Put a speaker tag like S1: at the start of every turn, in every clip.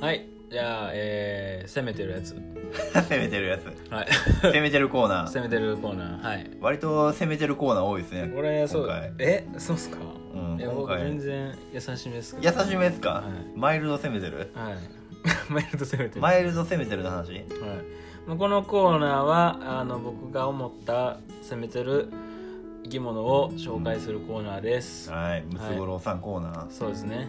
S1: はいじゃあえー、攻めてるやつ
S2: 攻めてるやつ
S1: はい
S2: 攻めてるコーナー
S1: 攻めてるコーナーはい
S2: 割と攻めてるコーナー多いですね
S1: 俺そう
S2: 今回
S1: えそうっすか、
S2: うん
S1: いや
S2: 今
S1: 僕全
S2: 回
S1: 然優しめっすけ
S2: 優
S1: ど
S2: しめですか、
S1: はい
S2: マイルド攻めてる
S1: はい マイルド攻めてる
S2: マイルド攻めてるの話
S1: はいまあ、このコーナーはあの僕が思った攻めてる生き物を紹介するコーナーです、
S2: はいムツゴロウさんコーナー
S1: そうですね、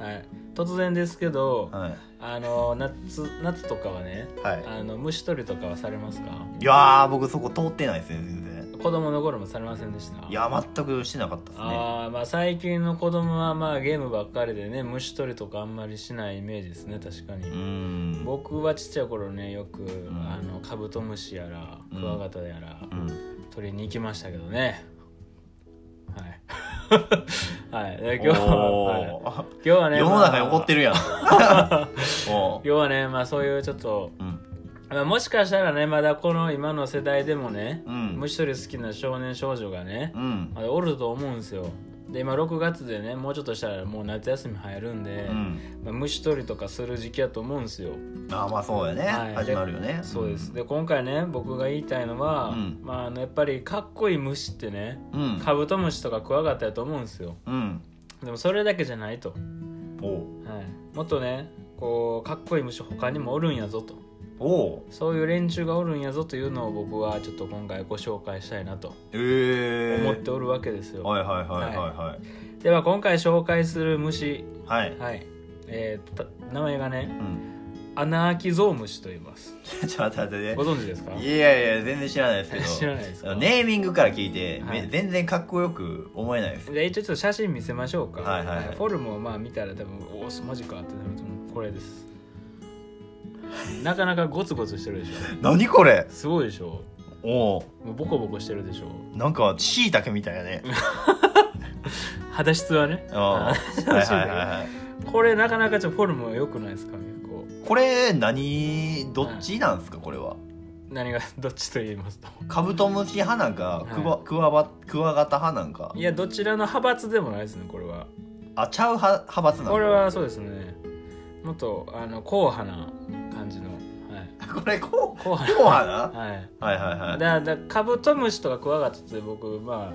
S2: は
S1: はい、突然ですけど、
S2: いはい
S1: あの夏夏とかはね
S2: はい
S1: あの虫取りとかはされますか
S2: いやー僕そこ通ってないですね全然
S1: 子供の頃もされませんでした
S2: いや全くしてなかったですね
S1: あーまあ最近の子供はまあゲームばっかりでね虫取りとかあんまりしないイメージですね確かに、
S2: うーん
S1: 僕はちっちゃい頃ねよく、
S2: ん
S1: あのカブトムシやら
S2: うん
S1: クワガタやら、
S2: うん
S1: 取りに行きましたけどねはい はいで今日は、はい
S2: おー
S1: 今日はね
S2: 世の中に
S1: まあ
S2: 怒ってる やんおー
S1: 要はねまあそういうちょっと、
S2: うん
S1: まあ、もしかしたらねまだこの今の世代でもね、
S2: うん
S1: 虫取り好きな少年少女がね、
S2: うん
S1: まだおると思うんですよで今6月でねもうちょっとしたらもう夏休み入るんで、
S2: うん
S1: まあ、虫取りとかする時期やと思うんですよ
S2: あーまあそうだね
S1: はい
S2: 始まるよね
S1: そうですで今回ね僕が言いたいのは、
S2: うん
S1: まあ、あのやっぱりかっこいい虫ってね
S2: うん
S1: カブトムシとかクワガタやと思うんですよ
S2: うん
S1: でもそれだけじゃないと、は
S2: お
S1: い、もっとねこうかっこいい虫他にもおるんやぞと
S2: おー
S1: そういう連中がおるんやぞというのを僕はちょっと今回ご紹介したいなと
S2: えー
S1: 思っておるわけですよ、
S2: はいはいはいは
S1: では今回紹介する虫
S2: いはいはい
S1: はいえーと名前がね
S2: うん
S1: アナアキゾウムシと言います
S2: ちょっと待って待って
S1: ご存知ですか
S2: いやいや全然知らないですけど
S1: 知らないですか
S2: ネーミングから聞いて、
S1: はい
S2: め全然かっこよく思えないです
S1: で一応ちょっと写真見せましょうか、
S2: はいはいはい
S1: フォルムをまあ見たら多分おおマジかってなると思うこれですなかなかゴツゴツしてるでしょ
S2: 何これ
S1: すごいでしょ
S2: おお
S1: もうボコボコしてるでしょ
S2: なんかしいたけみたいな ね
S1: 肌質はね
S2: うんはいはいはいはい
S1: これなかなかちょっとフォルム良くないですか結構
S2: これ何どっちなんですかこれは
S1: 何が どっちと言いますと
S2: カブトムシ派なんかクワ,、
S1: は
S2: クワバクワガタ派なんか
S1: いやどちらの派閥でもないですねこれは
S2: あちゃう派派閥なんだ
S1: これはそうですねもっとあの硬派な感じのはい
S2: これこう
S1: 硬
S2: こう
S1: 派
S2: 派
S1: な はい
S2: なはいはいはい
S1: だだカブトムシとかクワガタって僕ま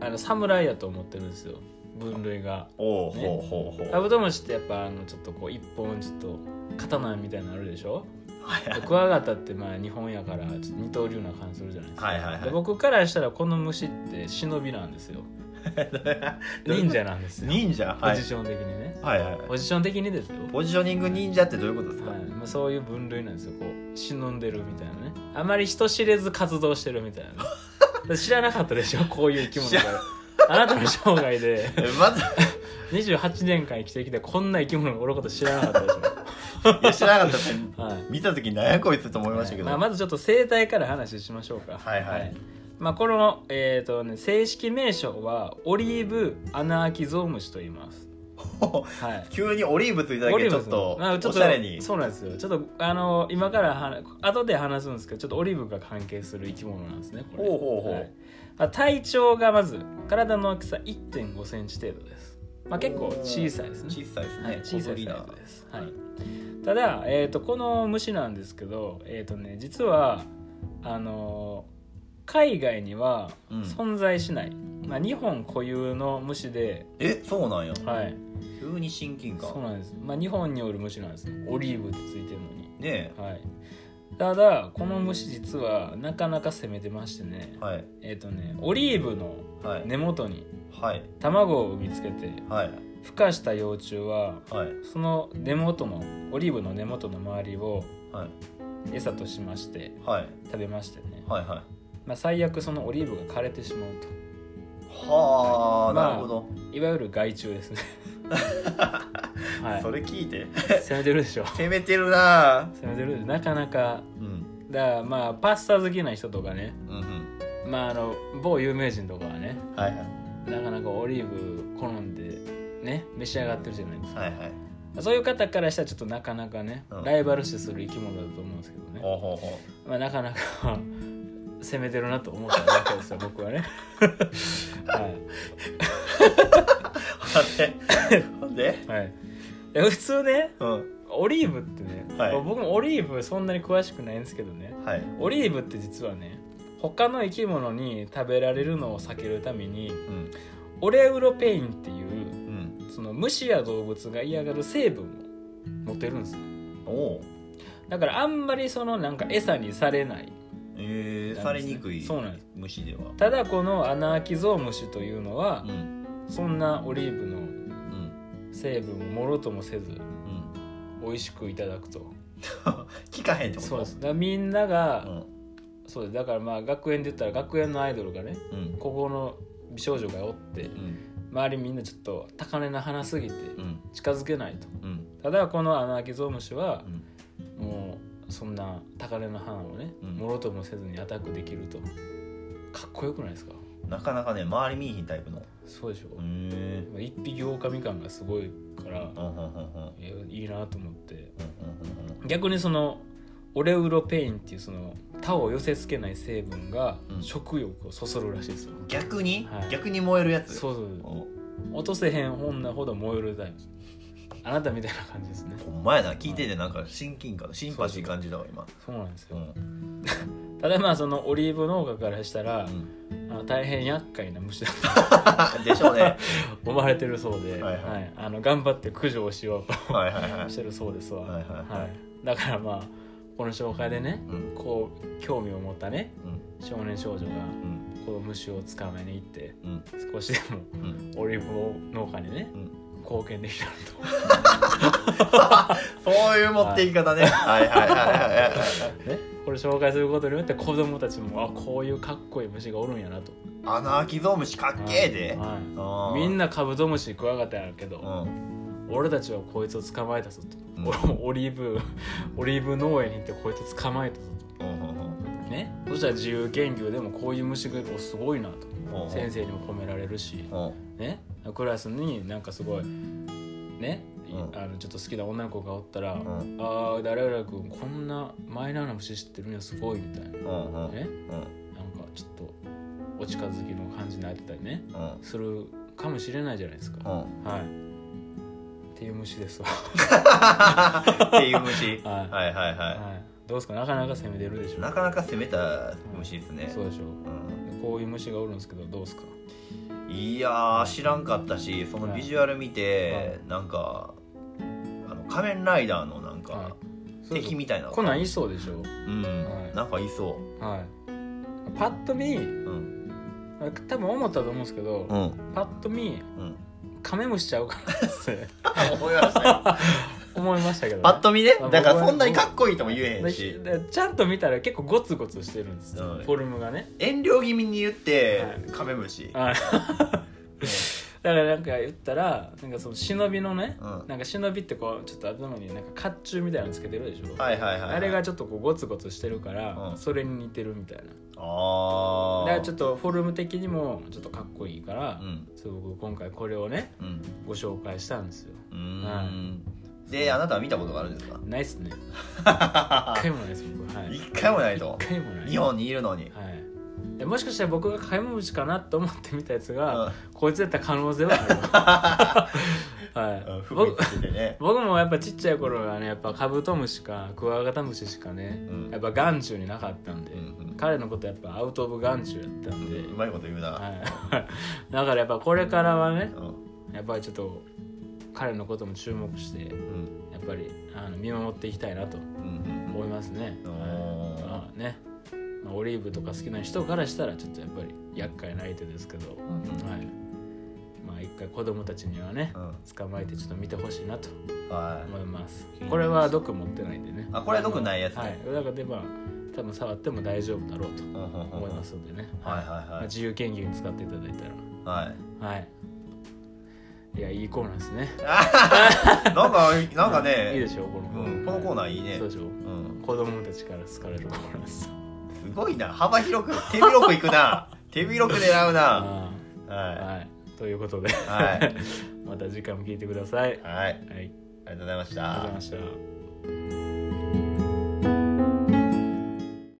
S1: ああの侍やと思ってるんですよ分類が
S2: おお、
S1: ね
S2: ほうほうほう
S1: カブトムシってやっぱあのちょっとこう一本ちょっと刀みたいなのあるでしょ
S2: はい
S1: でクワガタってまあ日本やからちょっと二刀流な感じするじゃないですか、
S2: はいはい
S1: で
S2: は
S1: 僕からしたらこの虫って忍びなんですよ
S2: どうい
S1: 忍
S2: うこと
S1: 者なんです
S2: い
S1: よ
S2: 忍者
S1: ポ
S2: はい
S1: ジション的にね
S2: はいはいはい
S1: ポジション的にですよ
S2: ポジショニング忍者ってどういうことですか、
S1: はいまあ、そういう分類なんですよこう忍んでるみたいなねあまり人知れず活動してるみたいなねだ から知らなかったでしょこういう生き物があなたの生涯で
S2: えまず
S1: 28年間生きてきてこんな生き物がおること知らなかったでし
S2: いや知らなかったですね
S1: ょ、はい
S2: 見た時何やこいつと思いましたけど、
S1: まあ、まずちょっと生態から話しましょうか
S2: はいはい
S1: まあ、この、えーとね、正式名称はオリーブアナアキゾウムシと言い ます、はい、
S2: 急にオリーブついただ
S1: オ
S2: け
S1: リー
S2: でち
S1: ブ
S2: ょ
S1: ですね
S2: っと
S1: まあちょ
S2: お
S1: っ
S2: しゃれに
S1: そうなんですよちょっとあの今からは後で話すんですけどちょっとオリーブが関係する生き物なんですねこれ
S2: ほうほうほう
S1: はいまあ、体長がまず体の大きさ1 5センチ程度です、まあ、結構小さいですね
S2: 小さいですね、
S1: はい、小さい
S2: 小ぶり
S1: サ
S2: な
S1: イズです、はい、ただ、えー、とこの虫なんですけど、えーとね、実はあのー海外には
S2: うん
S1: 存在しない、まあ、日本固有の虫で、
S2: えそうなんや
S1: はい、
S2: 急に親近
S1: そう
S2: 感
S1: なんです、まあ、日本におる虫なんですオリーブってついてるのに、
S2: ね
S1: はい、ただこの虫実はなかなか攻めてましてね
S2: え、はい
S1: えっ、とねオリーブの
S2: はい
S1: 根元に
S2: はい
S1: 卵を産みつけて
S2: はい
S1: 孵化した幼虫は
S2: はい
S1: その根元のオリーブの根元の周りを
S2: はい
S1: 餌としまして
S2: はい
S1: 食べましてね、
S2: はいはい
S1: まあ、最悪そのオリーブが枯れてしまうと
S2: はあ、
S1: まあ
S2: なるほど、
S1: いわゆる害虫 ですねはい
S2: それ聞いて
S1: 攻めてるでしょ
S2: 攻めてるな
S1: 攻めてるでしょなかなか
S2: うん
S1: だからまあパスタ好きな人とかね
S2: うんうん
S1: まああの某有名人とかはね
S2: はい
S1: なかなかオリーブ好んでね召し上がってるじゃないですか
S2: はいはいはい
S1: そういう方からしたらちょっとなかなかね
S2: うん
S1: ライバル視する生き物だと思うんですけどね、
S2: ほうほうほ
S1: まあ、なかなか 攻めてるなと思ったわけ ですよ僕はね、は
S2: うほんでほんで
S1: いはい、で普通ね
S2: うん
S1: オリーブってね、
S2: はい
S1: 僕もオリーブそんなに詳しくないんですけどね
S2: はい
S1: オリーブって実はね他の生き物に食べられるのを避けるために
S2: うん
S1: オレウロペインっていう
S2: うん
S1: その虫や動物が嫌がる成分を持ってるんですよ
S2: おお
S1: だからあんまりそのなんか餌にされない
S2: えー、されにくい
S1: そうなんです
S2: 虫では
S1: ただこのアナアキゾウムシというのは
S2: うん
S1: そんなオリーブの
S2: うん
S1: 成分をもろともせず
S2: うん
S1: 美味しくいただくと
S2: 聞かへんってこと
S1: そうですだからみんなが、
S2: うん
S1: そうですだからまあ学園で言ったら学園のアイドルがね
S2: うん
S1: ここの美少女がおって
S2: うん
S1: 周りみんなちょっと高値な花すぎて
S2: うん
S1: 近づけないと
S2: うん
S1: ただこのアナアキゾウムシは
S2: うん
S1: もうそんな高値の花をね
S2: うん
S1: もろともせずにアタックできるとかっこよくないですか
S2: なかなかね周り見えへんタイプのへ
S1: そうでしょ
S2: え
S1: まあ一匹狼感がすごいから
S2: うんうんうんうん
S1: いやいいなと思って
S2: うんうん
S1: 逆にそのオレウロペインっていうその他を寄せ付けない成分が
S2: うん
S1: 食欲をそそるらしいですよ、
S2: 逆に、
S1: はい
S2: 逆に燃えるやつ
S1: そうそう
S2: お
S1: 落とせへん女ほど燃えるタイプですあなたみたいな感じですね
S2: ほんまやな聞いててなんか親近感シンパシー感じだわ今
S1: そうなんです
S2: う
S1: よ、
S2: ん
S1: ただまあそのオリーブ農家からしたら、
S2: うん
S1: あの大変厄介な虫だと
S2: でしょうね
S1: 思われてるそうで、
S2: はいはい
S1: あの頑張って駆除をしようと
S2: はいはいはい
S1: してるそうですわ、
S2: はいはいはい
S1: だからまあこの紹介でね
S2: うん
S1: こう興味を持ったね
S2: うん
S1: 少年少女が
S2: うん
S1: この虫を捕まえに行って
S2: うん
S1: 少しでも
S2: うん
S1: オリーブ農家にね
S2: うん
S1: 貢献できたら
S2: そういう持っていき方ねはいはいはいはいはいはい
S1: と、ね、これ紹介することによって子供たちもあこういうかっこいい虫がおるんやなと
S2: アナアキゾウムシかっけえで
S1: は
S2: あー
S1: い、みんなカブトムシクワガタやけ
S2: う
S1: ど、
S2: ん
S1: 俺たちはこいつを捕まえたぞと、
S2: うん
S1: 俺もオリーブ オリーブ農園に行ってこいつ捕まえたぞ
S2: うんうんうん
S1: とねそしたら自由研究でもこういう虫がおすごいなと
S2: うん
S1: 先生にも褒められるし
S2: うん
S1: ね、クラスになんかすごいね、
S2: うん
S1: あのちょっと好きな女の子がおったら「
S2: うんうん
S1: ああ誰々君こんなマイナーな虫知ってるんやすごい」みたいな、
S2: うんうん
S1: ね、なんかちょっとお近づきの感じになってたりね
S2: うん
S1: するかもしれないじゃないですか、
S2: うん
S1: はいっていう虫ですわ、
S2: っていう虫
S1: はい
S2: はいはいは
S1: はい、どうですかなかなか攻めてるでし
S2: い
S1: ょ
S2: なかなか攻めた虫ですね
S1: そうでしょ
S2: うん
S1: こういう虫がおるんですけどどうですか
S2: いやー知らんかったしそのビジュアル見て、なんかあの仮面ライダーのなんか、
S1: はいそうでし
S2: 敵
S1: ょ
S2: みたいな
S1: こんなんいそうでしょ
S2: うん、
S1: はい
S2: なんかいそ
S1: はいパッと見
S2: ううん
S1: 多分思ったと思うんですけど、
S2: うん
S1: パッと見
S2: うん
S1: カメムシちゃうかなって
S2: 思いましたよ
S1: 思いましたけど、ね、
S2: パッと見ね
S1: まあ
S2: だから
S1: 僕は
S2: そんなにかっこいいとも言えへんし
S1: でちゃんと見たら結構ゴツゴツしてるんですよ、
S2: はい
S1: フォルムがね
S2: 遠慮気味に言って、
S1: はい
S2: カメムシ、
S1: はいだからなんか言ったらなんかその忍びのね、
S2: うん
S1: なんか忍びってこうちょっと頭になんか甲冑みたいなのつけてるでしょ、
S2: はいはいはいはい
S1: あれがちょっとこうゴツゴツしてるから、
S2: うん
S1: それに似てるみたいな
S2: あ
S1: だ
S2: あ
S1: からちょっ
S2: っ
S1: とフォルム的にもちょっとかっこいいから、
S2: うん
S1: そう僕今回これをね
S2: うん
S1: ご紹介したんですよ
S2: うーんであなたは見たことがあるんですか
S1: ないっ すね一回もないです僕はい
S2: 一回もないと
S1: 一回もない
S2: 日本にいるのに、
S1: はい、でもしかしたら僕がカイモムシかなと思って見たやつが、
S2: うん
S1: こいつだった可能性は ある
S2: う
S1: は
S2: ん、
S1: い
S2: 服
S1: 僕
S2: 着て てね
S1: 僕もやっぱちっちゃい頃はねやっぱカブトムシかクワガタムシしかね、
S2: うん
S1: やっぱ眼中になかったんで、
S2: うんうん
S1: 彼のことやっぱアウト・オブ眼中やったんで、
S2: うまいこと言うな、
S1: はい、 だからやっぱこれからはね
S2: う
S1: やっぱりちょっと彼のことも注目して
S2: ん
S1: やっぱりあの見守っていきたいなと
S2: うんうん
S1: 思いますね。
S2: うん
S1: はいまあね、まあオリーブとか好きな人からしたらちょっとやっぱり厄介な相手ですけど、は
S2: うん
S1: い。まあ一回子供たちにはね、捕まえてちょっと見てほしいなと
S2: は
S1: 思
S2: い
S1: います。これは毒持ってないんでね。
S2: あこれは毒ないやつね
S1: はい。だからでまあ多分触っても大丈夫だろうと
S2: うんうんうん
S1: 思いますのでね。
S2: はい
S1: まあ
S2: は
S1: 自由研究に使っていただいた
S2: いはいはい
S1: ら、はい。いやいいコーナーですね。
S2: なんかなんか
S1: いいで
S2: ね
S1: しょうこのコ
S2: うんこのコー
S1: ナ
S2: ナーいいね
S1: そうでしょう。
S2: うん
S1: 子供たちから好かれるコーナーです。
S2: すごいな幅広く手広くいく な手広く狙うな
S1: あー
S2: は
S1: はい。ということで。
S2: い はい
S1: また次回も聞いてください。
S2: はい
S1: はい、
S2: ありがとうございまし
S1: ありが
S2: た
S1: とうございました。